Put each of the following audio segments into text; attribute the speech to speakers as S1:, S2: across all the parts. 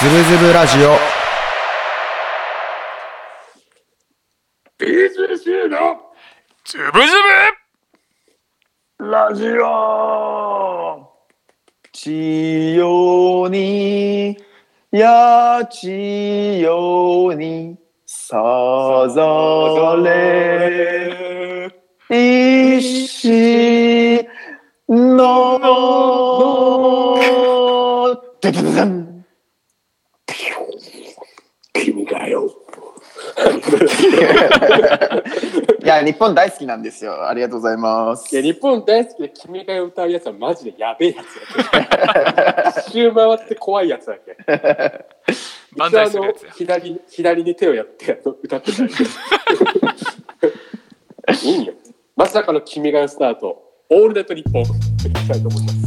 S1: ズブラジオ
S2: ビーズシーの
S3: ズブズブ
S2: ラジオちよにやちよにさざれ石のデブデブン君がよ
S1: いや日本大好きなんですよありがとうございます
S4: いや、日本大好きで君が代を歌うやつはマジでやべえやつだけど。一周回って怖いやつだけ。
S3: 万歳するやつや
S4: 一応あの左に左に手をやってあの歌ってたり いいよ。まさかの君が代スタート、オールナイト日本、いきたいと思います。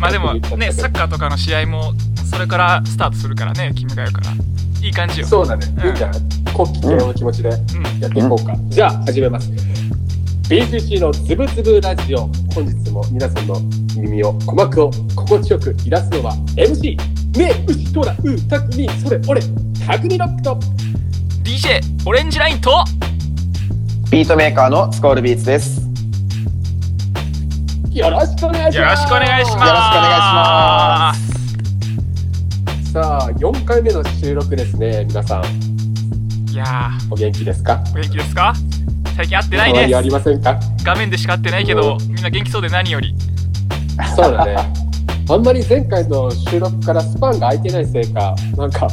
S3: まあでもねサッカーとかの試合もそれからスタートするからね君が代からいい感じよ
S4: そうだね。
S3: うん
S4: いいんじゃない国旗の気持ちで
S3: うん
S4: やっていこうか。じゃあ、始めます。BGC のズブズブラジオ、本日も皆さんの耳を鼓膜を心地よく揺らすのは MC、ねうしとらうたくみそれ俺たくみロックと
S3: DJ オレンジラインと
S1: ビートメーカーのスコールビーツですよ
S4: よろしくお願いします
S3: よろしくお願いします
S1: ろしくお願いします
S4: すさあ4回目の収録ですね皆さん
S3: いや
S4: お元気ですか
S3: ーお元気ですか最近会ってない
S4: 変わりあ
S3: ね
S4: りませんか
S3: 画面でしか会ってないけど
S4: う
S3: みんな元気そうで何より
S4: そうだねあんまり前回の収録からスパンが空いてないせいかなんか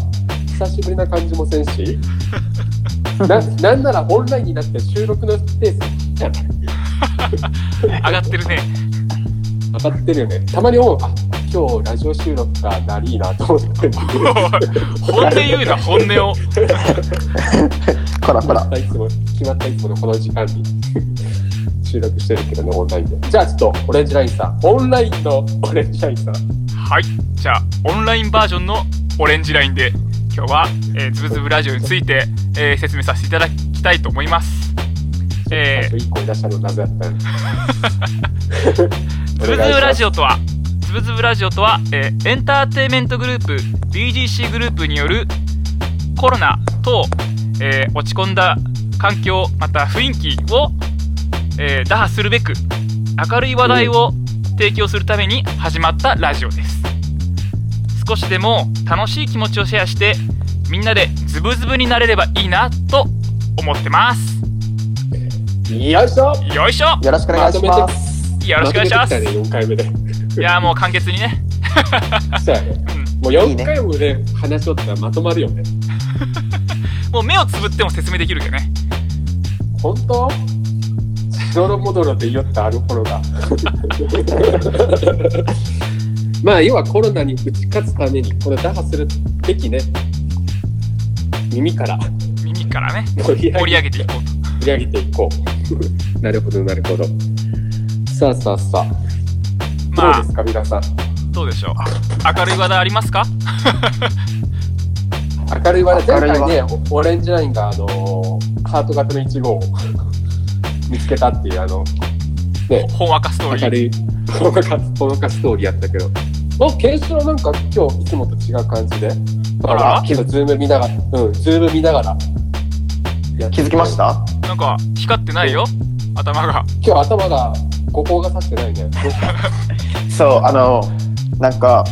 S4: 久しぶりな感じもせんしななんならオンラインになって収録のペースじゃん
S3: 上がってるね
S4: 上がってるよねたまに思うあ今日ラジオ収録がなりーなと思って
S3: おい本音言うな本音を
S1: こら
S4: 決
S1: こ
S4: ま
S1: ら
S4: ったいつも決まったいつものこの時間に 収録してるけどねオンラインでじゃあちょっとオレンジラインさんオンラインのオレンジラインさん
S3: はいじゃあオンラインバージョンのオレンジラインで今日は、えー、ズブズブラジオについて、えー説明させていただきたいと思いますえー
S4: 最初いい声出したのなぜだ ったの
S3: ズブズブラジ
S4: オ
S3: オとはズブズブラジオとは、えーエンターテインメントグループ BGC グループによるコロナ等、えー落ち込んだ環境また雰囲気を、えー打破するべく明るい話題を提供するために始まったラジオです少しでも楽しい気持ちをシェアしてみんなでズブズブになれればいいなと思ってます
S4: よいしょ
S3: よいしょ
S1: よろしくお願いします
S3: よろしくお願いします
S4: まとめてきたね4回目 で
S3: いやーもう簡潔にね
S4: そうやねもう
S1: いいね
S4: 4回もね話しとったらまとまるよね
S3: もう目をつぶっても説明できるけどね
S4: 本当しどろもどろで言おったある頃 がまあ要はコロナに打ち勝つためにこれ打破するべきね耳から
S3: 耳からね
S4: 盛り
S3: 盛り上げていこうと
S4: 盛り上げていこう なるほどなるほどさあさあさあ
S3: ま
S4: どう
S3: あ
S4: ですか皆さん
S3: どうでしょう明るい話題ありますか
S4: 明るい話題
S1: 明るい
S4: 前
S1: 話
S4: 回ねオレンジラインがあのーハート型のイチゴを 見つけたっていうあのね
S3: ほんわかストーリ
S4: 明
S3: ー
S4: るい ほのかほのかストーリーやったけどあケンシロウなんか今日いつもと違う感じで
S3: あら
S4: けどズーム見ながらうんズーム見ながらやって
S1: 気づきました
S3: なんか光ってないよ頭が
S4: 今日頭が五光がさしてないね
S1: そうあのなんか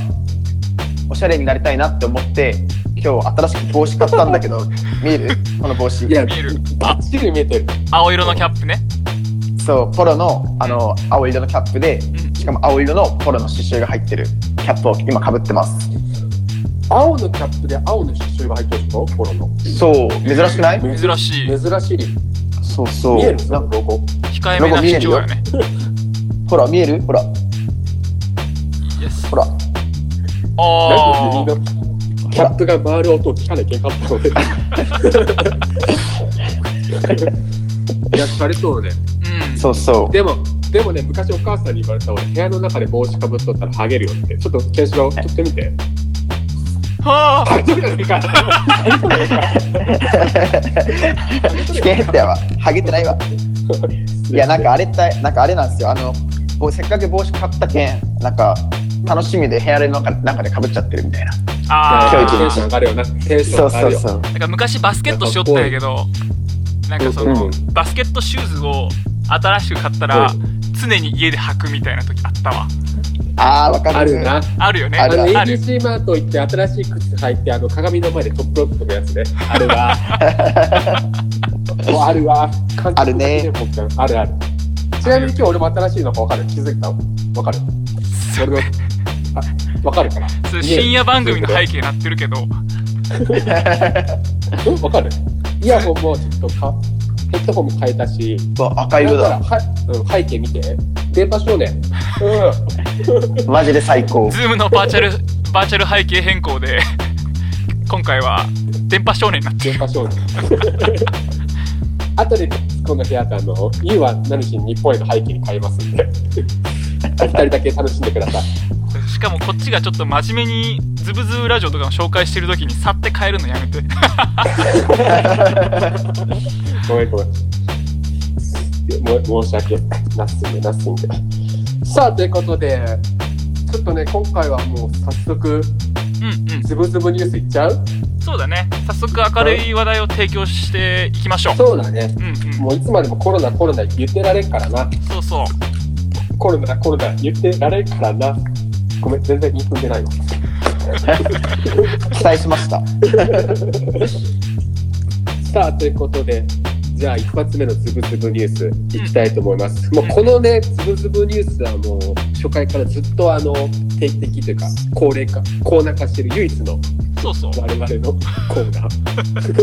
S1: おしゃれになりたいなって思って今日新しく帽子買ったんだけ ど見えるこの帽子
S4: いや
S3: 見える
S4: バッチリ見えてる
S3: 青色のキャップね
S1: そうポロのあの青色のキャップで
S3: うん
S1: しかも青色のポロの刺繍が入ってるキャップを今かぶってます
S4: 青のキャップで青の刺繍が入ってるでしょコロの
S1: そう珍しくない
S3: 珍しい
S4: 珍しい
S1: そうそう
S4: 見えるそ
S1: な
S4: のロゴ
S3: 控えめな主張だよね
S1: ほら見えるほら
S3: イエス
S1: ほら
S3: あー
S4: なんか耳のキャップが回る音を聞かなきゃいけなかったのでいや疲れそうね
S3: うん
S1: そう そう
S4: でも、でもね、昔お母さんに言われた俺、部屋の中で帽子かぶっとったらハゲるよって。ちょっと、ケンシロウ、取ってみて。
S3: はあ
S4: ハゲとるやないか。ハゲとるやないか。
S1: つけへんってやわハゲてないわいやなんかあれってなんかあれなんですよあのぼせっかく帽子買ったけんなんか楽しみで部屋の中中でかぶっちゃってるみたいな。
S3: あ
S1: 今
S4: 今
S1: 日
S4: 日
S1: 一
S4: テン
S1: 日
S4: ション
S3: あ
S4: 上がるよな。テンション
S1: そう
S4: 上が
S1: そ
S4: る
S1: う
S4: よ。
S1: そう。
S3: なんか昔バスケットしよったんやけどなんかそのバスケットシューズを新しく買ったら
S4: う
S3: 常に家で履くみたいな時あったわ
S1: ああ、わか
S4: あ
S1: る。
S4: るな。
S3: あるよね
S1: あ
S4: あ
S1: る
S4: の
S1: ある
S4: ABC マート行って新しい靴履いてあの鏡の前でトップロックとかやつねあるわ もうあるわ感
S1: あるね
S4: 覚的にもあるあるちなみに今日俺も新しいのが分かる気づいたの分かる
S3: そ
S4: 俺の
S3: れ
S4: あ分かるから
S3: それ深夜番組の背景になってるけど
S4: うん分かるイヤホンもちょっとかヘッドホンも変えたし
S1: そう赤色
S4: なん
S1: だ。
S4: ならは、うん、背景見て電波少年うん
S1: マジで最高。
S3: ズームのバーチャルバーチャル背景変更で今回は電波少年になって
S4: 電波少年 後でこの部屋とあの「いいわ何しに日本への背景に変えますんでお二人だけ楽しんでください
S3: しかもこっちがちょっと真面目にズブズブラジオとかの紹介してる時に去って帰るのやめて
S4: ごめんごめんも申し訳なすんでなすんでさあということでちょっとね今回はもう早速
S3: うんうん
S4: ズブズブニュースいっちゃう
S3: そうだね早速明るい話題を提供していきましょう
S4: そうだね
S3: うんうん
S4: もういつまでもコロナコロナ言ってられんからな
S3: そうそう
S4: コロナコロナ言ってられんからなごめん全然言い込んでないわ
S1: 期待しました。
S4: さあということでじゃあ一発目のズブズブニュースいきたいと思います、もうこのねズブズブニュースはもう初回からずっとあの定期的というか高齢化コーナー化してる唯一の
S3: そうそう
S4: 我々のコーナーズ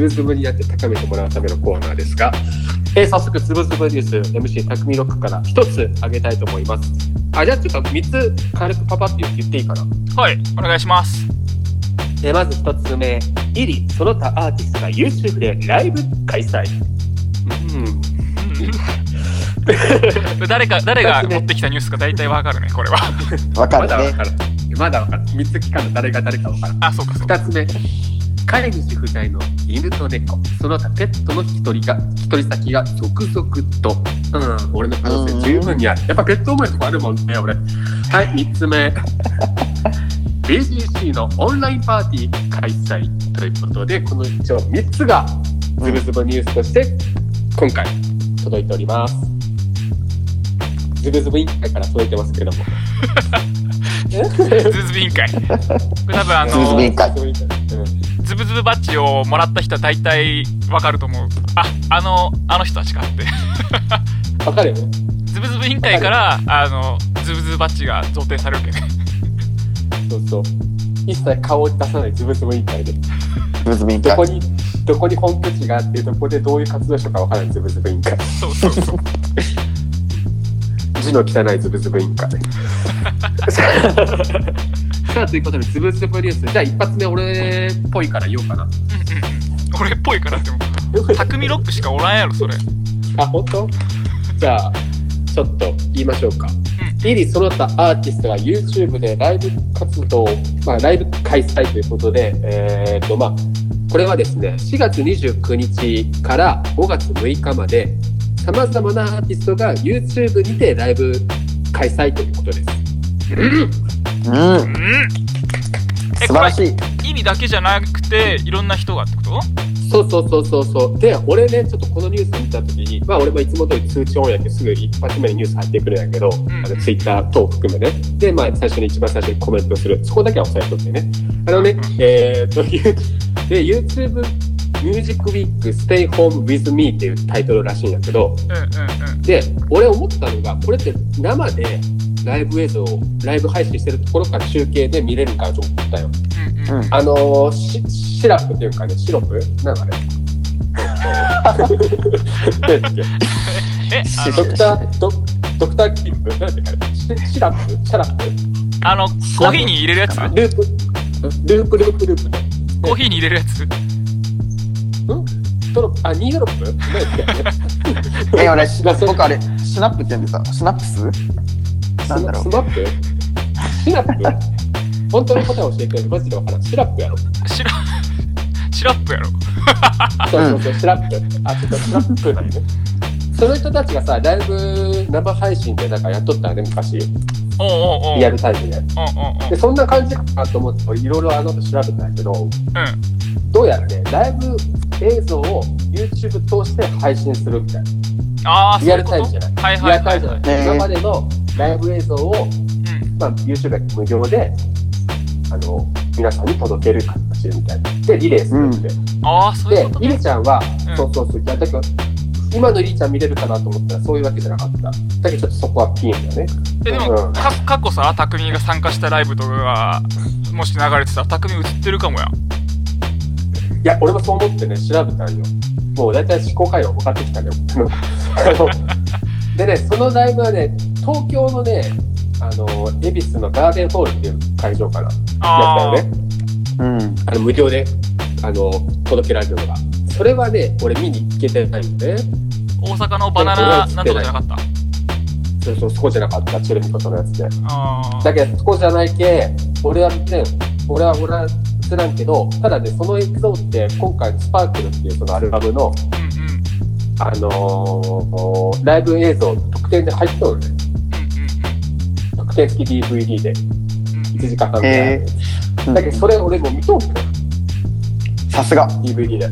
S4: ブズブになって高めてもらうためのコーナーですが、えー早速ズブズブニュース MC 匠ロックから一つあげたいと思いますあじゃあちょっと三つ軽くパパって言っていいかな
S3: はいお願いします
S4: えーまず1つ目、イリ、その他アーティストが YouTube でライブ開催。うん、
S3: うんうん誰か誰が持ってきたニュースか大体わかるねこれは
S1: わか
S4: ま
S1: る
S4: だわ
S1: ね。
S4: からん。まだわからん。3つ期間の誰が誰かわからん。
S3: あそうかそうか
S4: 2つ目、飼い主不在の犬と猫、その他ペットの一人が、一人先が続々と。うん、俺の可能性十分にある。やっぱペット思いとかあるもんね、俺。はい、3つ目。BGC のオンラインパーティー開催ということで、この一応3つがズブズブニュースとして今回届いております。ズブズブ委員会から届いてますけれど も。
S3: ズブズブ委員会これ多分あ
S1: ズブズ
S3: の
S1: ブ委員会
S4: うん
S3: ズブズブバッジをもらった人は大体わかると思うああのあの人たちかって
S4: わかるよね。
S3: ズブズブ委員会からあのズブズブバッジが贈呈されるわけね
S4: そうそう。一切顔を出さないズブズブ委員会で。
S1: ブズミン
S4: ど
S1: 会
S4: こ。に、どこに本拠地があって、どこでどういう活動したかわからないズブズブ委員会。
S3: そうそう そう
S4: 字の汚いズブズブ委員会。 さあ、ということで、ズブズブニュース。じゃあ一発目俺っぽいから言おうかな。
S3: うんうんうん俺っぽいからっても匠ロックしかおらんやろそれ
S4: あ、本当じゃあ、ちょっと言いましょうか。
S3: う
S4: イリその他アーティストが YouTube でライブ活動、まあ、ライブ開催ということで、えーとまあ、これはですね、4月29日から5月6日まで、さまざまなアーティストが YouTube にてライブ開催ということです。
S1: うん。
S3: うんえ
S1: 素晴
S3: こ
S1: らし
S3: れ
S1: い。
S3: 意味だけじゃなくていろんな人がってこと
S4: そうそうそうそうそう。で、俺ね、ちょっとこのニュース見たときに、まあ俺もいつも通り通知オンやってすぐ一発目にニュース入ってくるんやけど、
S3: ん
S4: あのツイッター等含めね。で、まあ最初に一番最初にコメントする。そこだけは押さえとってね。あのね、えー、 という、で、YouTube ミュージックウィーク Stay Home With Me っていうタイトルらしいんやけど、
S3: うんうんうん
S4: で、俺思ったのが、これって生でライブ映像をライブ配信してるところから中継で見れるからと思ったよ。
S3: うんうん
S1: うん。
S4: あのー、シシラップっていうかね、シロップなんかあれ。
S3: えあの
S4: えっとドクター、ドドクターキップなんだっけあれ シシラップシャラップ
S3: あのコーヒーに入れるやつ
S4: ループループループループね。
S3: コーヒーに入れるやつ
S4: ドロップあ、ニードロップなんだっ
S1: え、俺、し
S4: まあそう
S1: 僕あれ、シナップって呼んでた。シナプス
S4: け
S1: なんだろ
S4: ス
S1: う。
S4: マップシラップ本当に答え教えてくれる。マジでわからん。シラップやろ。
S3: シラシラップやろ
S4: そうそうそう、シラップ。あ、ちょっとシラップなんね。そその人たちがさライブ生配信でなんかやっとったよね昔
S3: おうおうおう
S4: リアルタイムで
S3: おうおうおう
S4: でそんな感じかなと思っていろいろあの後調べたんだけど
S3: うん
S4: どうやらねライブ映像を YouTube 通して配信するみたいな
S3: ああそう
S4: リア
S3: いう
S4: ル
S3: こ
S4: タイム
S3: と
S4: じゃない
S3: はい
S4: リ
S3: は
S4: ア
S3: いは
S4: ルタイ
S3: い
S4: ムじゃ
S3: は
S4: ないい、
S1: ね
S4: 今までのライブ映像を、まあ、YouTube が無料であの皆さんに届ける形みたいなでリレーするって、
S3: うんああそういう
S4: で
S3: こと
S4: リ
S3: ね
S4: リちゃんは、
S3: うん
S4: そうそうそういやだけど今のリリちゃん見れるかなと思ったらそういうわけじゃなかっただけどちょっとそこはピンだよね
S3: えで
S4: う
S3: も
S4: ん
S3: か過去さ匠が参加したライブとかがもし流れてたら匠映ってるかもや
S4: いや俺もそう思ってね調べたんよもう大体思考回路分かってきたねあ のでねそのライブはね東京のねあの恵比寿のガーデンホールっていう会場からやった
S3: あ
S4: よ
S3: あ
S4: ね
S1: うん。
S4: あの無料であの届けられるのがそれはね俺見に行けてないんでね
S3: 大阪のバナナなんとかじゃなかった
S4: そうそうそこじゃなかったチェルミコとのやつで
S3: あ
S4: だけどそこじゃないけ俺は見てん俺は俺は知らんけどただねその映像って今回の「スパークルっていうそのアルバムの
S3: あうんうんうん
S4: あのーライブ映像特典で入っとるね特典付き DVD で
S3: うんうん
S4: 1時間半ぐらい
S1: へう
S4: だけど
S1: ん
S4: それ俺もう見とんね
S1: さすが。
S4: DVD で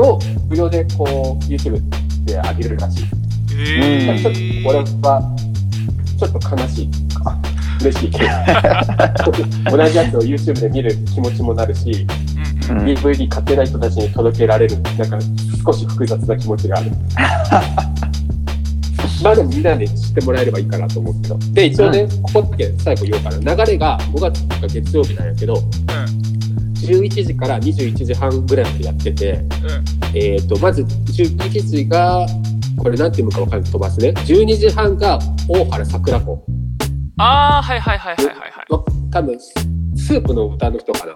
S4: を無料でこう YouTube で上げるらしい
S3: え
S4: ちょっ
S3: ー
S4: と俺はちょっと悲しいか嬉しいけど同じやつを YouTube で見る気持ちもなるし、
S3: うんうん
S1: うん
S4: DVD 買ってない人たちに届けられるなんか少し複雑な気持ち があるまあでもみんなに知ってもらえればいいかなと思うけどで一応ね、ここだけ最後言おうかな流れが5月とか月曜日なんやけど11時から21時半ぐらいまでやってて
S3: うん
S4: えー、とまず11時がこれなんていうのかわかんない飛ばすね12時半が大原桜子
S3: ああはいはいはいはいはいはい
S4: わ多分ススープの歌の人かな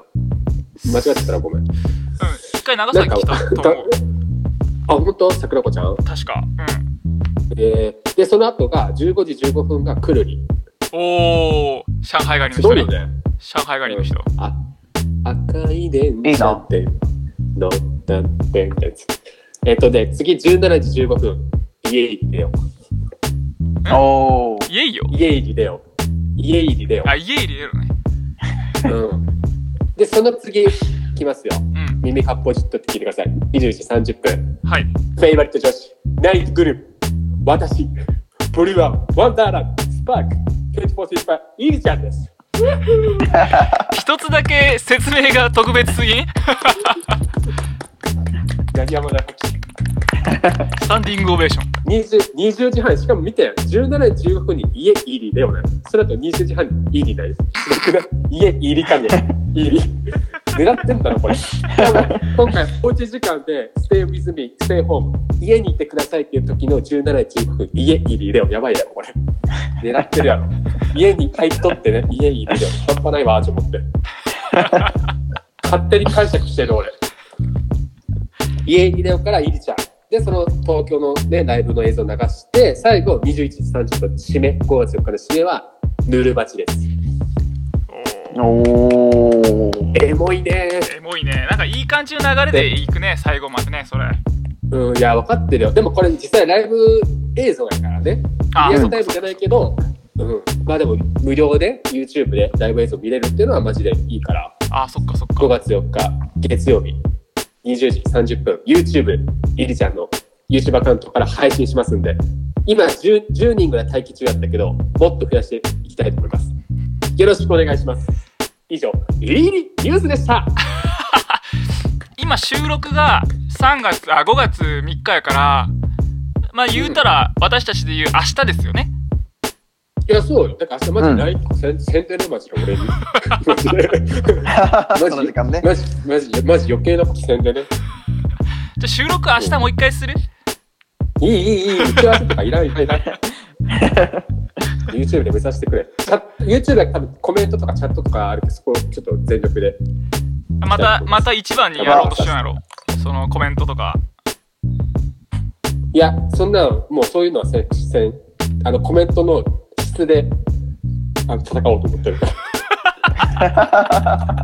S4: 間違ってたらごめん
S3: うん一回長
S4: なん
S3: 崎
S4: か
S3: 来たと思う
S4: あ本当桜子ちゃん、
S3: 確かうん
S4: えーでその後が15時15分がくるり
S3: おお上海狩り
S4: す
S3: の
S4: ごい
S3: 人
S4: よ
S3: ね
S4: ね
S3: 上海狩りの人
S4: あ赤い電車って乗ったってみたいなやつえっ、とね次17時15分家入りでよ
S1: おお。
S3: 家入よ
S4: 家入りでよ家入りでよ
S3: あ家入れるね
S4: うんで、その次、来ますよ。
S3: うん
S4: 耳かっぽじっとって聞いてください。20時30分。
S3: はい
S4: フェイバリット女子、ナイトグループ、私、ブルワン、ワンダーランド、スパーク、ケイトポースイスパー、イリちゃんです。
S3: 一つだけ説明が特別す ぎん
S4: 何山田拍手
S3: スタンディングオベーション
S4: 20, 20時半、しかも見て、17時15分に家イリだよね。その後20時半にイリだよ。僕が家イリかね。イリ。狙ってんだろ、これ。でも今回、おうち時間で、stay with me, stay home。家にいてくださいっていう時の17時15分、家イリだよ。やばいだろ、これ。狙ってるやろ。家に入っとってね、家イリだよ。半端ないわ、と思って。勝手に解釈してる、俺。家イデオからイリちゃん。で、その東京のね、ライブの映像を流して、最後21時30分締め、5月4日の締めは、ヌルバチです。
S1: おお。
S4: エモいね
S3: エモいねなんかいい感じの流れでいくね最後までねそれ
S4: うん、いや、分かってるよ。でもこれ実際ライブ映像やからね。
S3: あ
S4: リ
S3: ー
S4: ア
S3: そ
S4: ル
S3: う
S4: タイムじゃないけど、うん。まあでも、無料で、YouTube でライブ映像見れるっていうのはマジでいいから、
S3: あーそっかそっ
S4: 5
S3: か
S4: 月4日、月曜日、20時30分、YouTube、イリちゃんの YouTube アカウントから配信しますんで、今 10, 10人ぐらい待機中やったけど、もっと増やしていきたいと思います。よろしくお願いします。以上、イリイリニュースでした。
S3: 今収録が3月あ5月3日やからまあ言うたら私たちで言う明日ですよね
S4: いや、そうよ。だから明日マジない、せん、宣伝のマジで俺に。マジで。
S1: その時間ね。
S4: マジ、マジ、マジ余計なこと宣伝ね。
S3: じゃあ収録明日もう一回する
S4: いい、いい、いい、打ち合わせとかいらん、いらん、いらん。YouTube で目指してくれ。チャ YouTube は多分コメントとかチャットとかあるけど、そこをちょっと全力で。
S3: またまた一番にやろうとしようやろそのコメントとか
S4: いや、そんなの、もうそういうのはせん、せん、あの、コメントの質で、あの、戦おうと思ってるから。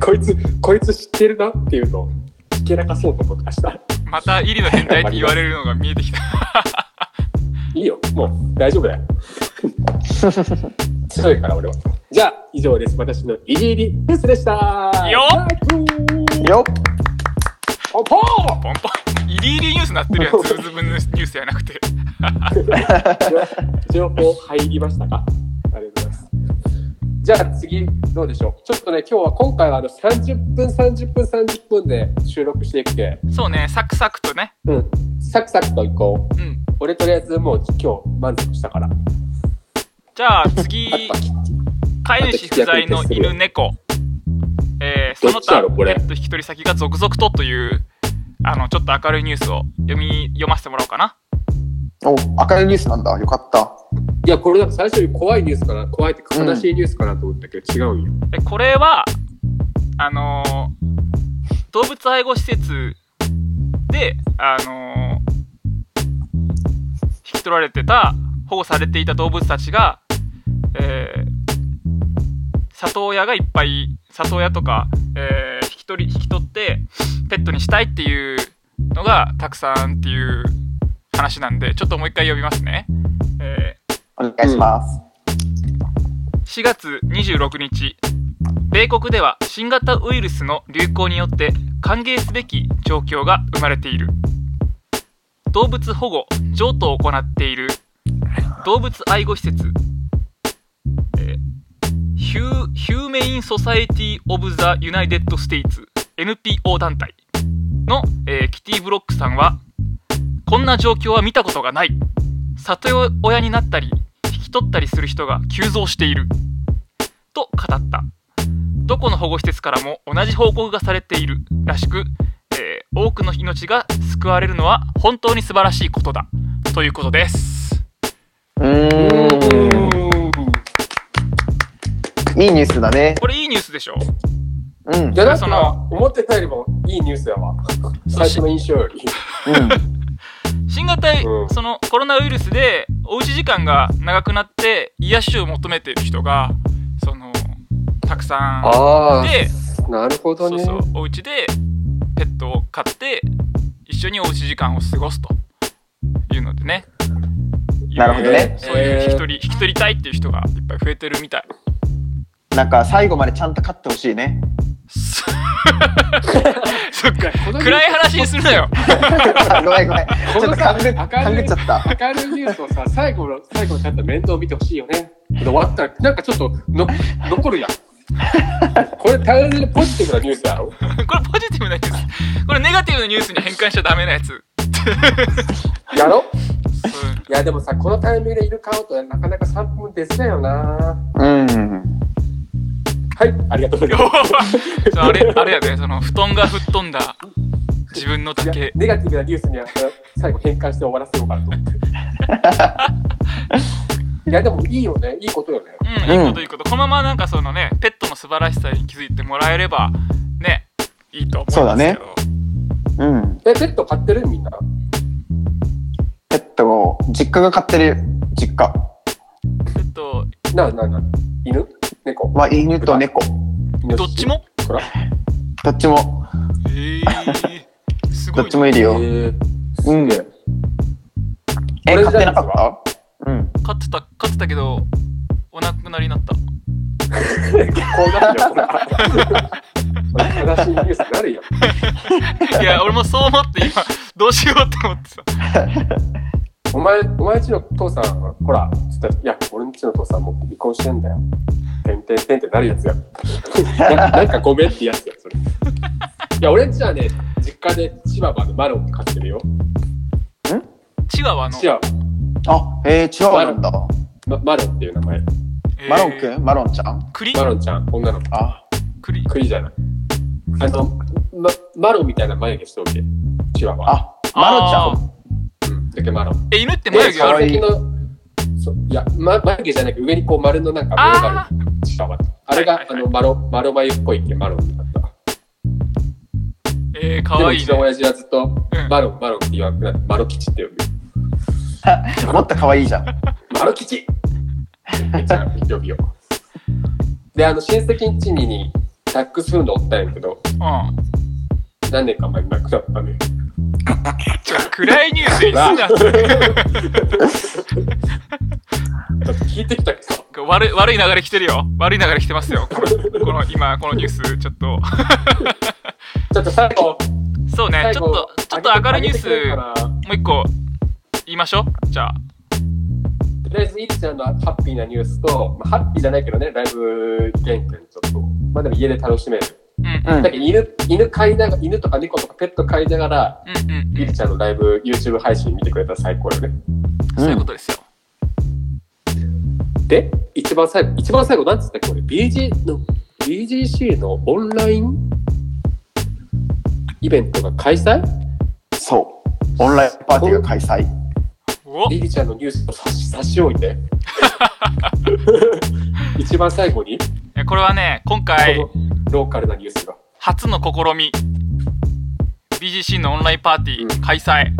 S4: こいつ、こいつ知ってるなっていうのを、ひけらかそうと思ってました。
S3: またイリの変態って言われるのが見えてきた。
S4: いいよ、もう大丈夫だよ。強いから俺は。じゃあ、以上です。私のイリイリニュースでした。
S3: よっ
S1: よ
S4: ポンポン
S3: ポンポン。イリイリニュースなってるや つ、ズブズブニュースじゃなくて。
S4: 情報入りましたかありがとうございます。じゃあ次、どうでしょうちょっとね、今日は今回はあの30分、30分、30分で収録していくて、
S3: そうね、サクサクとね。
S4: うん、サクサクといこう。
S3: うん。
S4: 俺とりあえずもう今日満足したから。
S3: じゃあ次、
S4: あとは
S3: 飼い主不在の犬猫。えー、そ
S4: ど
S3: の
S4: っちだ
S3: 他、
S4: ろこ
S3: ペ
S4: れ
S3: ット引き取り先が続々とという、あの、ちょっと明るいニュースを読み、読ませてもらおうかな。
S1: お、明るいニュースなんだ。よかった。
S4: いや、これなんか最初に怖いニュースかな、怖いってか悲しいニュースかなと思ったけど、違うんよ。
S3: で、これは、あのー動物愛護施設で、あのー引き取られてた、保護されていた動物たちが、えー里親がいっぱい、里親とか、えー引き取り、引き取って、ペットにしたいっていうのがたくさんっていう話なんで、ちょっともう一回呼びますね。えー
S1: お願いします。
S3: 4月26日米国では新型ウイルスの流行によって歓迎すべき状況が生まれている動物保護譲渡を行っている動物愛護施設えーヒューヒューメイン・ソサエティ・オブ・ザ・ユナイテッド・ステイツ NPO 団体の、えーキティ・ブロックさんはこんな状況は見たことがない里親になったり引き取ったりする人が急増していると語ったどこの保護施設からも同じ報告がされているらしく、えー多くの命が救われるのは本当に素晴らしいことだということです
S1: うーん。いいニュースだね。
S3: これいいニュースでしょ
S1: うん。うん
S4: い。や、なん
S3: そ
S4: か
S3: の、
S4: 思ってたよりもいいニュースだわ。最初の印象より。
S3: 新型
S4: うん
S3: そのコロナウイルスでおうち時間が長くなって癒しを求めている人がそのたくさん
S4: あ
S3: で
S4: あ、なるほど
S3: そう
S4: ね。
S3: そうお家でペットを飼って一緒におうち時間を過ごすというのでね
S1: なるほどね
S3: そういう
S4: へー
S3: 引き取り引き取りたいっていう人がいっぱい増えてるみたい
S1: なんか最後までちゃんと勝ってほしいね。
S3: そそ っか暗い話にするなよ
S1: あごめんごめん。ちょっと勘ぐ
S4: このさ
S1: 勘ぐっちゃった。
S4: 明るいニュースを さ、最後の、最後のちゃんと面倒見てほしいよね。で終わったら、なんかちょっとの、残るやん。これ、単純にポジティブなニュースだろ
S3: これポジティブなニュースこれネガティブなニュースに変換しちゃダメなやつ
S4: やろ
S3: そう
S4: いや、でもさ、このタイミングでイルカアウトはなかなか3分ですだよな
S1: うん。
S4: はい、ありがとうございます。
S3: そうあれあれやでその布団が吹っ飛んだ自分のだ
S4: いや
S3: け
S4: ネガティブなニュースには最後変換して終わらせようかなと思 って。いや、でもいいよね。いいことよね。
S3: うん、いいこといいこと。このままなんかそのね、ペットの素晴らしさに気づいてもらえれば、ね、いいと思
S1: そう
S3: いま
S1: だ
S3: すけ
S1: ね
S3: ど。
S1: うん。
S4: え、ペット飼ってるみんな。
S1: ペットを、実家が飼ってる実家
S3: ペット、
S4: なあなあなあ。犬猫
S1: は犬と猫。
S4: イノシ
S3: ど
S4: シ
S3: っちも
S4: ほら。
S1: どっちも、
S3: へえー、すご
S1: どっ
S3: い、ね
S1: ち。もいる
S4: え
S1: よ。
S4: ー、
S1: うん。
S4: すげえ
S1: え、
S4: 俺
S1: 飼
S4: じゃ
S1: っ
S4: な
S1: てな
S4: い
S1: かったうん。
S3: 飼ってた、飼ってたけど、お亡くなりになった。
S4: こうなるよ、こ れ。これ悲しいニュースになるよ。
S3: いや、俺もそう思って今、どうしようって思ってさ。
S4: お前、お前んちの父さんは、ほら、ちょっと、いや、俺んちの父さんもう離婚してんだよ。てんてんてんってなるやつや。 ななんかごめんってやつや、それ。いや、俺んちはね、実家でチワワのマロン飼ってるよ。
S3: チワワの。
S4: チワワ、
S1: あ、えー、チワワなんだ。
S4: まマロンっていう名前。
S3: えー
S1: マロンくんマロンちゃん
S3: 栗
S4: マロンちゃん、女の子。
S1: あ、
S3: 栗。
S4: 栗じゃない。あの、ま、マロンみたいな眉毛しておけ。チワワ。
S1: あ、マロちゃん
S3: ん。
S4: うん。だけどマロン。
S3: え、犬って眉毛あ
S1: 可愛
S3: る
S1: い
S4: でその先のそういや、ま、眉毛じゃなく上にこう丸のなんか棒が
S3: あ
S4: ある。チワワ。あれが、
S3: はいはいはい
S4: あの、マロ、マロ眉っぽいってマロンになった。
S3: ー、えー、か
S4: でも
S3: わ
S4: う
S3: いい
S4: ちの
S3: ね。
S4: 親父はずっと、
S3: ん
S4: マロン、マロンって言わなくなって、マロ吉って呼ぶよ。
S1: もっと可愛いじゃん。
S4: マ ロ吉めっちゃ呼ぶよ。で、あの、親戚んちにに、タックスフンドおったんやけど、
S3: うん。
S4: 何年か前に亡くなったね。
S3: ちょ暗いニュースにす なそれ
S4: 聞いてきたけどさ、
S3: 悪い悪い流れ来てるよ悪い流れ来てますよこのこの今このニュースちょっと
S4: ちょっと最後、
S3: そうね
S4: 最
S3: ちょっ
S4: 後
S3: とちょっと明るいニュース
S4: 上げてくれるかな
S3: もう一個言いましょうじゃあ
S4: とりあえず、いつちゃんのハッピーなニュースと、まあ、ハッピーじゃないけどね、ライブ原点ちょっと、まあでも家で楽しめる。
S3: うんうん
S1: うん
S4: だけど犬、犬飼いながら、犬とか猫とかペット飼いながら、
S3: うんうん
S4: いつちゃんのライブ、YouTube 配信見てくれたら最高よね。
S3: そういうことですよ
S4: で、一番最後、一番最後、なんつったっけ、俺、BG の、BGC のオンラインイベントが開催
S1: そう。オンラインパーティーが開催。
S3: お
S4: リリちゃんのニュースを差し差し置いて。一番最後に、
S3: えこれはね今回
S4: このローカルなニュースが。
S3: 初の試み BGC のオンラインパーティ
S4: う
S3: ー開催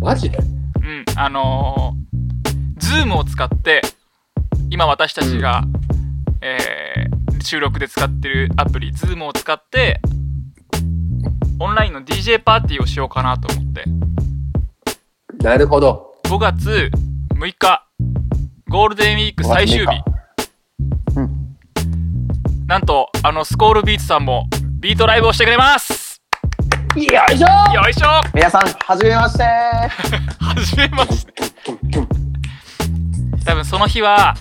S4: マジで
S3: うんあのー、Zoom を使って今私たちが、えー収録で使ってるアプリ Zoom を使ってオンラインの DJ パーティーをしようかなと思って
S4: なるほど。
S3: 5月6日ゴールデンウィーク最終日
S1: うん。
S3: なんとあのスコールビーツさんもビートライブをしてくれます
S1: よいしょ
S3: よいしょ
S1: 皆さん、はじめまして
S3: はじめまして多分その日は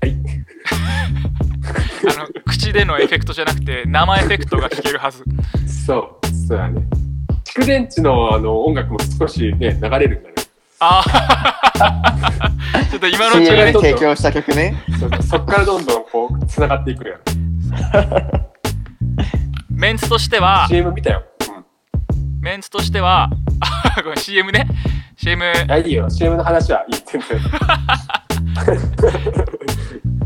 S4: はい。
S3: あの口でのエフェクトじゃなくて生エフェクトが聞けるはず
S4: そう、そうやね。蓄電池のあの音楽も少しね、流れるんだね。
S3: あー ちょっと今のうち
S1: !CM
S3: に
S1: で提供した曲ね。
S4: そう そっからどんどんこう、繋がっていくのよ。
S3: メンツとしては
S4: CM 見たよ。
S3: メンツとしては あごめん CM ね CM
S4: うん。大丈夫よ。CM の話はいい。全然。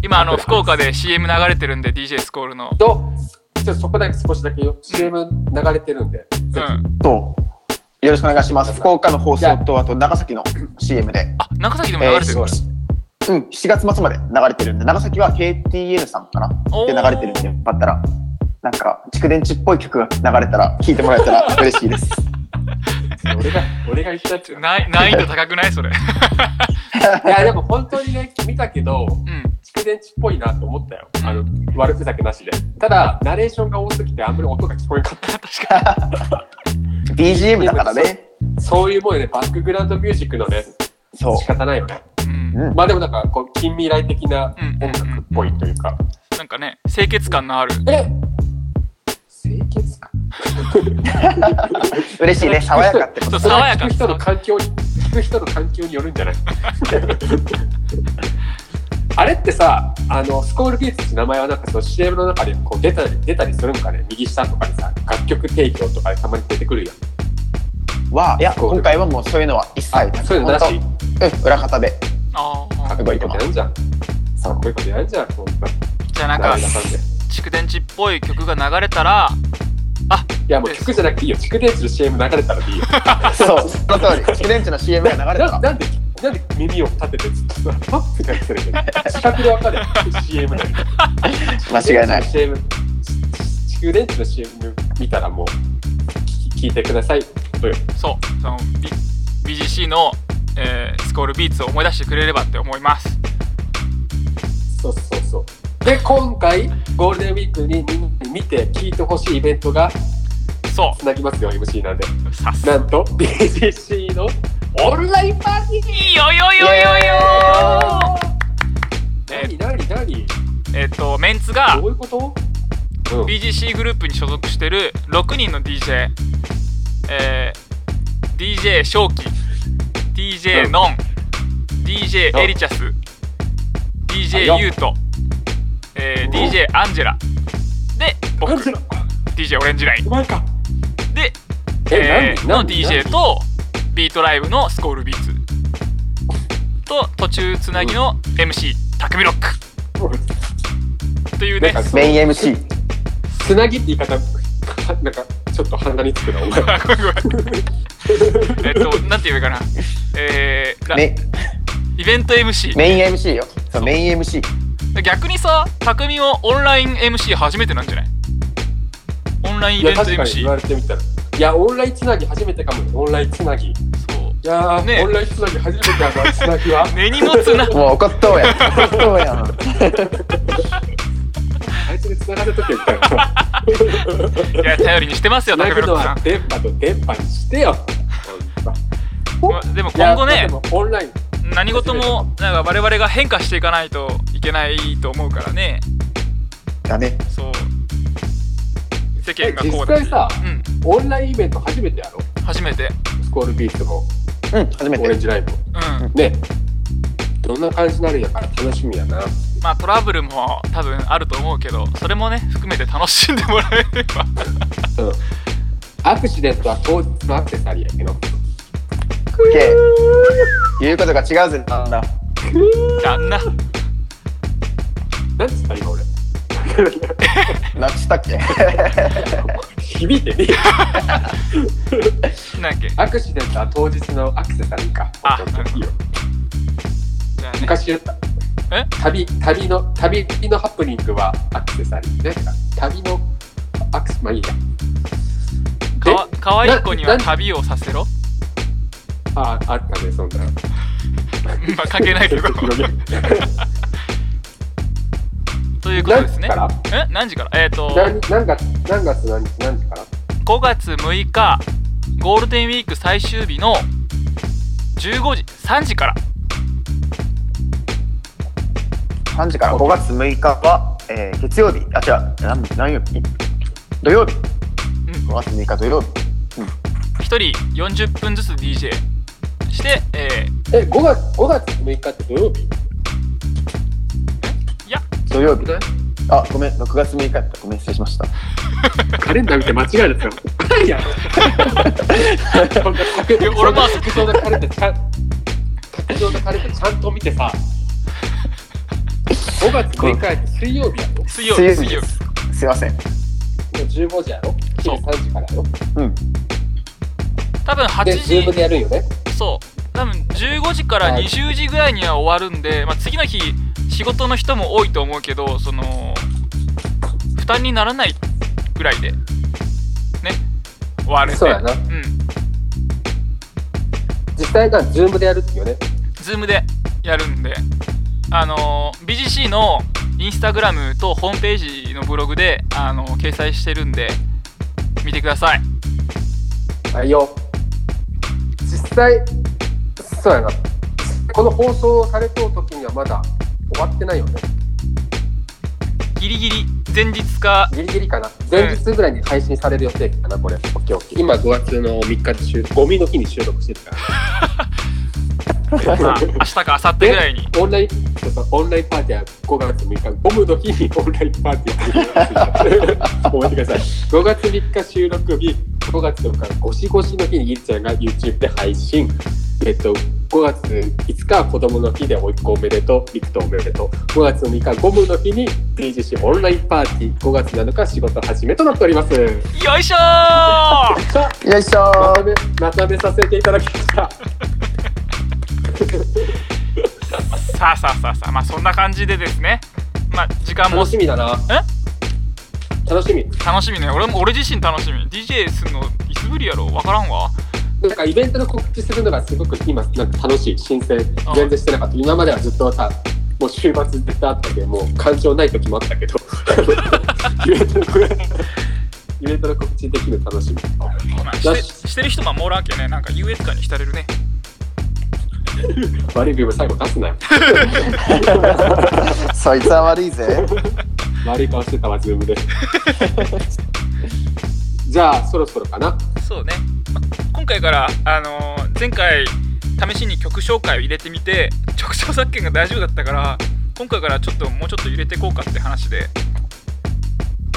S3: 今あの福岡で CM 流れてるんで DJ スコールの
S4: と、ちょっとそこだけ少しだけよ。CM 流れてるんで。
S3: う
S4: ぜひ
S3: ん
S1: そう。よろしくお願いします。福岡の放送と、あと長崎の CM で。
S3: あ長崎でも流れて
S1: えー
S3: る
S4: すごい。
S1: うん、7月末まで流れてるんで、長崎は KTN さんかな
S3: おー
S1: で流れてるんで、よかったら、なんか、蓄電池っぽい曲が流れたら、聴いてもらえたら嬉しいです。
S4: 俺が、俺が言ったやつ。
S3: ない難易度高くないそれ
S4: いや、でも本当にね、見たけど、
S3: うん
S4: 蓄電池っぽいなと思ったよ。あの、悪ふざけなしで。ただ、ナレーションが多すぎてあんまり音が聞こえなかった。
S3: 確か
S1: BGM だからね。
S4: そういうもんよね、バックグラウンドミュージックのね、
S1: そう。
S4: 仕方ないよね。
S3: にうん
S1: うん。
S4: まあでもなんか、こう、近未来的な
S3: うん
S4: 音楽っぽいというか。
S3: なんかね清潔感のある
S4: え清潔感
S1: 嬉しいね。爽やか ってこ
S3: ちょっと
S1: と。
S3: 爽や
S4: 聞
S3: か
S4: く人の環境に、聞く人の環境によるんじゃない あれってさ、あの、スコールビーツって名前はなんかその CM の中でこう出たり、出たりするんかね右下とかにさ、楽曲提供とかでたまに出てくるやん。
S1: は、いや、
S4: そう
S1: 今回はもうそういうのは一
S4: あ
S1: 切、
S4: そういうのなし
S1: 本当うん、裏方で。
S3: あ
S4: か
S3: あ
S4: っこいいことやんじゃん。か
S1: そう
S4: っこいいことやんじゃん、ほんと。
S3: じゃあなん
S4: な
S3: か
S4: んだかんだい
S3: 蓄電池っぽい曲が流れたら
S4: や、もう曲じゃなくていいよ。蓄電池の CM 流れたらいいよ。
S1: そう、その通り。蓄電池の CM が流れた
S4: な
S1: ら。
S4: なんで、なんで耳を立ててずっとさ、パッてかってるけど、視覚でわかる CM だよ。
S1: 間違いない。
S4: CM、蓄電池の CM 見たらもう、聞聞いてください。どうよ
S3: そうその B BGC の、えースコールビーツを思い出してくれればって思います
S4: そうそうそう。で、今回、ゴールデンウィークにみんなに見て、聞いてほしいイベントが
S3: そ
S4: つなぎますよ、MC なんで。
S3: うさすが
S4: なんと、BGC のオンラインパーティー
S3: よよよよよえ
S4: 何何何
S3: えっ、とメンツが
S4: どういうことうん
S3: BGC グループに所属してる6人の DJ えー、DJ 正規 DJ のん DJ エリチャス DJ ユート、えー、DJ アンジェラで僕
S4: アンジェラ
S3: DJ オレンジライン
S4: お前か
S3: で、え
S4: え
S3: ー、の
S4: 何何
S3: DJ とビートライブのスコールビーツと途中つなぎの MC 匠ロックというね
S4: なんか
S1: メイン MC。
S4: つなぎって言い方 なんかちょっと鼻につくなお 前
S3: ごめんごめん えっとなんて言えばいいかなえー、な
S1: メ
S3: イベント MC
S1: メイン MC よ。そう、メイン MC。
S3: 逆にさ匠もオンライン MC 初めてなんじゃないオンラインイ
S4: い
S3: ベ
S4: や、
S3: ント
S4: 確かに言
S3: MC
S4: われてみたら。いや、オンラインつなぎ初めてかも。オンラインつなぎ。い
S3: そ
S4: やー、
S3: ね
S4: オンラインつなぎ初めてやな、つなぎは
S3: う。根に持つ な
S1: もう怒っとうやん。怒っとうやん。
S4: あいつにつながるときは言ったよ。
S3: いや頼りにしてますよ
S4: つな
S3: 竹
S4: ぐの
S3: 村さ
S4: は
S3: ん、
S4: 電波と電波にしてよ。
S3: まあでも今後
S4: いや
S3: ね
S4: でもオンライン。
S3: 何事もなんか我々が変化していかないといけないと思うからね
S1: だね。
S3: そう世間がこ
S4: 実
S3: うだし
S4: 際さ、
S3: うん
S4: オンラインイベント初めてやろ
S3: 初めて
S4: スコールビートの
S1: うん、初め
S4: オレン
S1: て。
S4: ジライブ。
S3: うん
S4: ね。どんな感じになるんやから楽しみやな。
S3: まあトラブルも多分あると思うけどそれもね含めて楽しんでもらえれば
S4: うん。アクシデントは当日のアクセサリーやけど。
S1: け言うことが違うぜ、なんだ。
S3: あんな
S4: 何つった今俺。
S1: 何したっけ
S4: 響いてねえよ
S3: なんだっけ
S4: アクシデントは当日のアクセサリーか。
S3: あなるほど
S4: いいよ
S3: じゃあね
S4: 昔やった。
S3: え
S4: 旅旅の旅のハプニングはアクセサリーね。旅のアクセまあいいや。
S3: かわ
S4: で
S3: かわいい子には
S4: な
S3: 旅をさせろ
S4: ああったねそんな。
S3: まあ関係ないけどということですね
S4: 何から
S3: え何時からえっ、ー、と
S4: 何何月何月何日何時から
S3: 5月6日ゴールデンウィーク最終日の15時3時から
S1: 3時から5月6日は、えー、月曜日、あ、違う、何何曜日土曜日。
S3: ん
S1: 5月6日土曜日。
S3: 1人40分ずつ DJ して、え
S4: え5月5月6日って土曜日
S3: ーいや
S1: 土曜日。あ、ごめん、6月6日やった。ごめん、失礼しました。
S4: カレンダー見て間違えるですよ。何 やろ。
S3: いや俺も
S4: 卓上のカレンダーちゃん卓上のカレンダーちゃんと見てさ。5月6日って水曜日やろ。
S3: 水曜日水
S1: 水
S3: 曜
S1: 曜
S3: 日
S1: 日です。すいません。
S4: 15時やろ。
S3: そう
S4: 昼3時からやろ。
S1: うん。
S3: 多分
S4: で、
S3: 8
S4: z o o
S3: 時
S4: でやるんよね。
S3: そう多分15時から
S4: はい
S3: 20時ぐらいには終わるんで、まあ、次の日仕事の人も多いと思うけどその負担にならないぐらいでね終わるんで
S4: そうやな
S3: うん
S4: 実際が Zoom でやるっていうね。
S3: ズームでやるんで、あのー BGC のインスタグラムとホームページのブログで、あのー掲載してるんで、見てください。
S4: あいいよ。実際、そうやな。この放送されとう時にはまだ終わってないよね。
S3: ギリギリ、前日か、
S4: ギリギリかな。前日ぐらいに配信される予定かな、これ。オッケーオッケー。今5月の3日で収録、ゴミの日に収録してるから。
S3: まあ、 明日か明後日ぐらいに。
S4: オンライン、そうそうオンラインパーティーは5月3日、ゴムの日にオンラインパーティ ーを覚えてください。5月3日収録日、5月4日、ゴシゴシの日にギリちゃんが YouTube で配信。えっと、5月5日は子供の日でおいっ子おめでとう、りくとおめでとう。5月6日、ゴムの日に BGC オンラインパーティー。5月7日、仕事始めとなっております。
S3: よいしょー
S4: さあ、
S1: よいしょ
S4: まと
S1: ー。
S4: め、まとめさせていただきました。
S3: さあさあさあさあ、まあそんな感じでですね、まあ時間も
S4: 楽しみだな。楽しみ。
S3: 楽しみね、俺も俺自身楽しみ。DJ すんのいつぶりやろわからんわ。
S4: なんかイベントの告知するのがすごく今なんか楽しい新鮮
S3: あ
S4: 全然してなかった今まではずっとさもう週末絶対あったけどもう感情ない時もあったけどイベントの告知イベントの告知できる楽しみ
S3: まあしてしてる人ももらんけね、なんか優越感に浸れるね。
S4: 悪い部分最後出すなよ
S1: そいつは悪いぜ。
S4: 悪い顔してたわズームで じゃあそろそろかな
S3: そうねま今回から、あのー前回試しに曲紹介を入れてみて直唱作権が大丈夫だったから今回からちょっともうちょっと入れてこうかって話で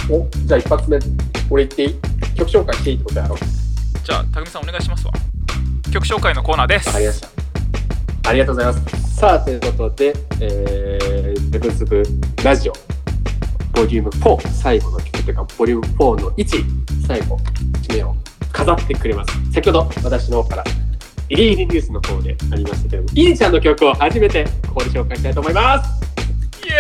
S4: おじゃあ一発目俺言っていい曲紹介していいってことやろ
S3: じゃあ匠さんお願いしますわ曲紹介のコーナーです
S4: わかりました。ありがとうございます。さあ、ということで、えー、ズブズブラジオ、ボリューム4、最後の曲というか、ボリューム4の1、最後、締めを飾ってくれます。先ほど、私の方から、イリイリニュースの方でありましたけども、イリちゃんの曲を初めて、ここで紹介したいと思います。
S3: イエ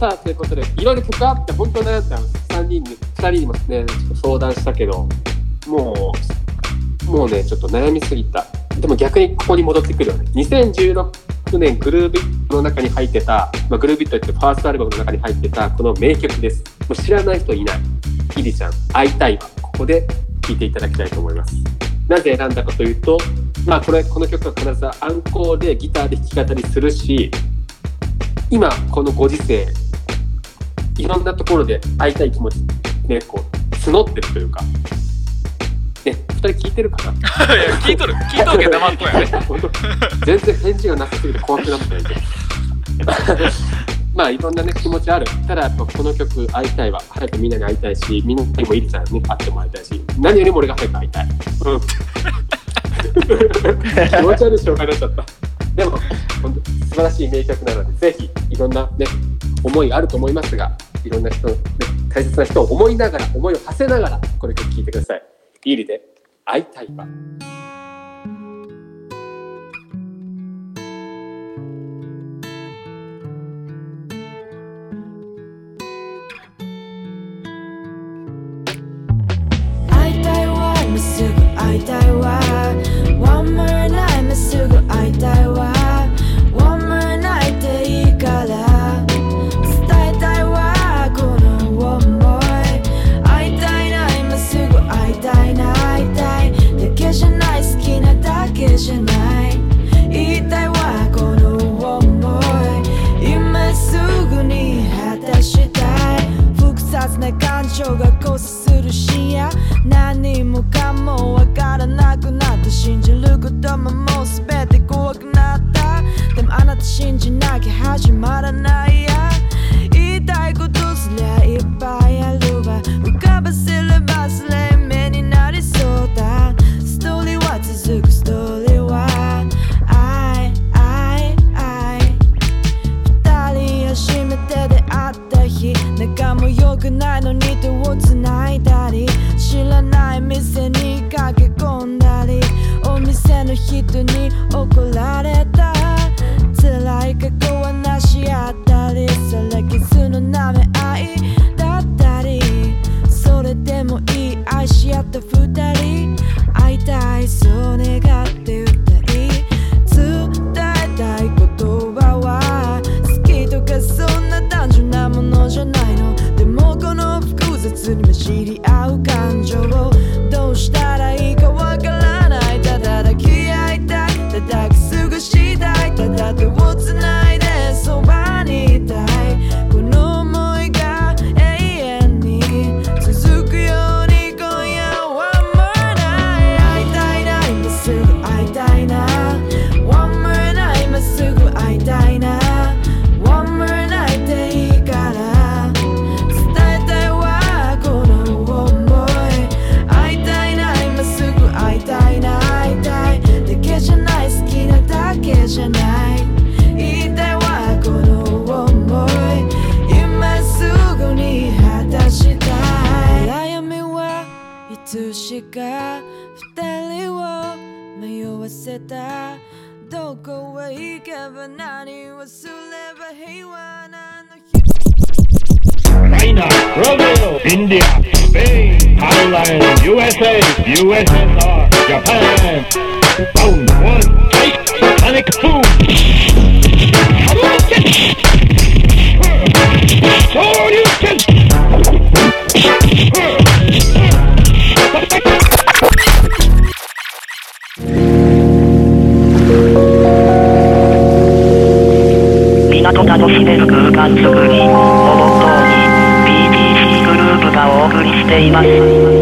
S4: さあ、ということで、いろいろ曲あって、本当悩んだんです3人に、2人にもね、ちょっと相談したけど、もう、もうね、ちょっと悩みすぎた。でも逆にここに戻ってくるよね。2016年グルービットの中に入ってた、まあ、グルービットってファーストアルバムの中に入ってたこの名曲です。もう知らない人いない。イリちゃん、会いたいわ。ここで聴いていただきたいと思います。なぜ選んだかというと、まあこれ、この曲は必ずアンコールでギターで弾き語りするし、今このご時世いろんなところで会いたい気持ちねこう募ってるというかね二人聞いてるかな
S3: いや聞いとる聞いとるけど黙 っとんやね
S4: 本当全然返事がなさすぎて怖くなったんやけど まあいろんなね気持ちあるただやっぱこの曲会いたいは早くみんなに会いたいしみんなにもイリちゃんに会ってもらいたいし何よりも俺が早く会いたい、うん、 気持ち悪い紹介になっちゃったでも本当素晴らしい名曲なのでぜひいろんなね思いがあると思いますがいろんな人、ね、大切な人を思いながら思いを馳せながらこれ曲聴いてくださいイリで会いたいわ
S5: 会いたいわ今すぐ会いたいわ One more night 今すぐ会いたいわ One more night でいいから伝えたいわこの思い会いたいな今すぐ会いたいな会いたいだけじゃない好きなだけじゃない言いたいわこの思い今すぐに果たしたい複雑な感情が交差する深夜何もかもわからなくなった信じることももう全て怖くなったでもあなた信じなきゃ始まらないや言いたいことすりゃいっぱいあるわ浮かばせればすれ目になりそうだストーリーは続くストーリーは愛愛愛二人初めて出会った日仲も良くないのに手を繋いだり知らない店に駆け込んだりお店の人に怒られた辛い過去は話し合ったりそれ傷の舐め合いだったりそれでもいい愛し合った二人会いたいそう願って歌い伝えたいことは好きとかそんな単純なものじゃないのでもこの複雑に混じり合う感情をどうしたらいいかわからないただ抱き合いたいただすぐしたいただ手をつないでそばにいたいこの想いが永遠に続くように今夜は会いたいな今すぐ会いたいな One more night 今すぐ会いたいな One more night でいいから伝えたいわこの想い会いたいな今すぐ会いたいな会いたいだけじゃない好きなだけじゃない言いたいわこの想い今すぐに果たしたい悩みはいつしか二人を迷わせたどこへ行けば何をすれば平和なの日
S2: China, Brazil, India, Spain, Thailand, USA, USSR, Japan. Round one, take Sonic two. Hadouken! Shoryuken!
S6: 港楽しめる空間づくりをもとに BBC グループがお送りしています。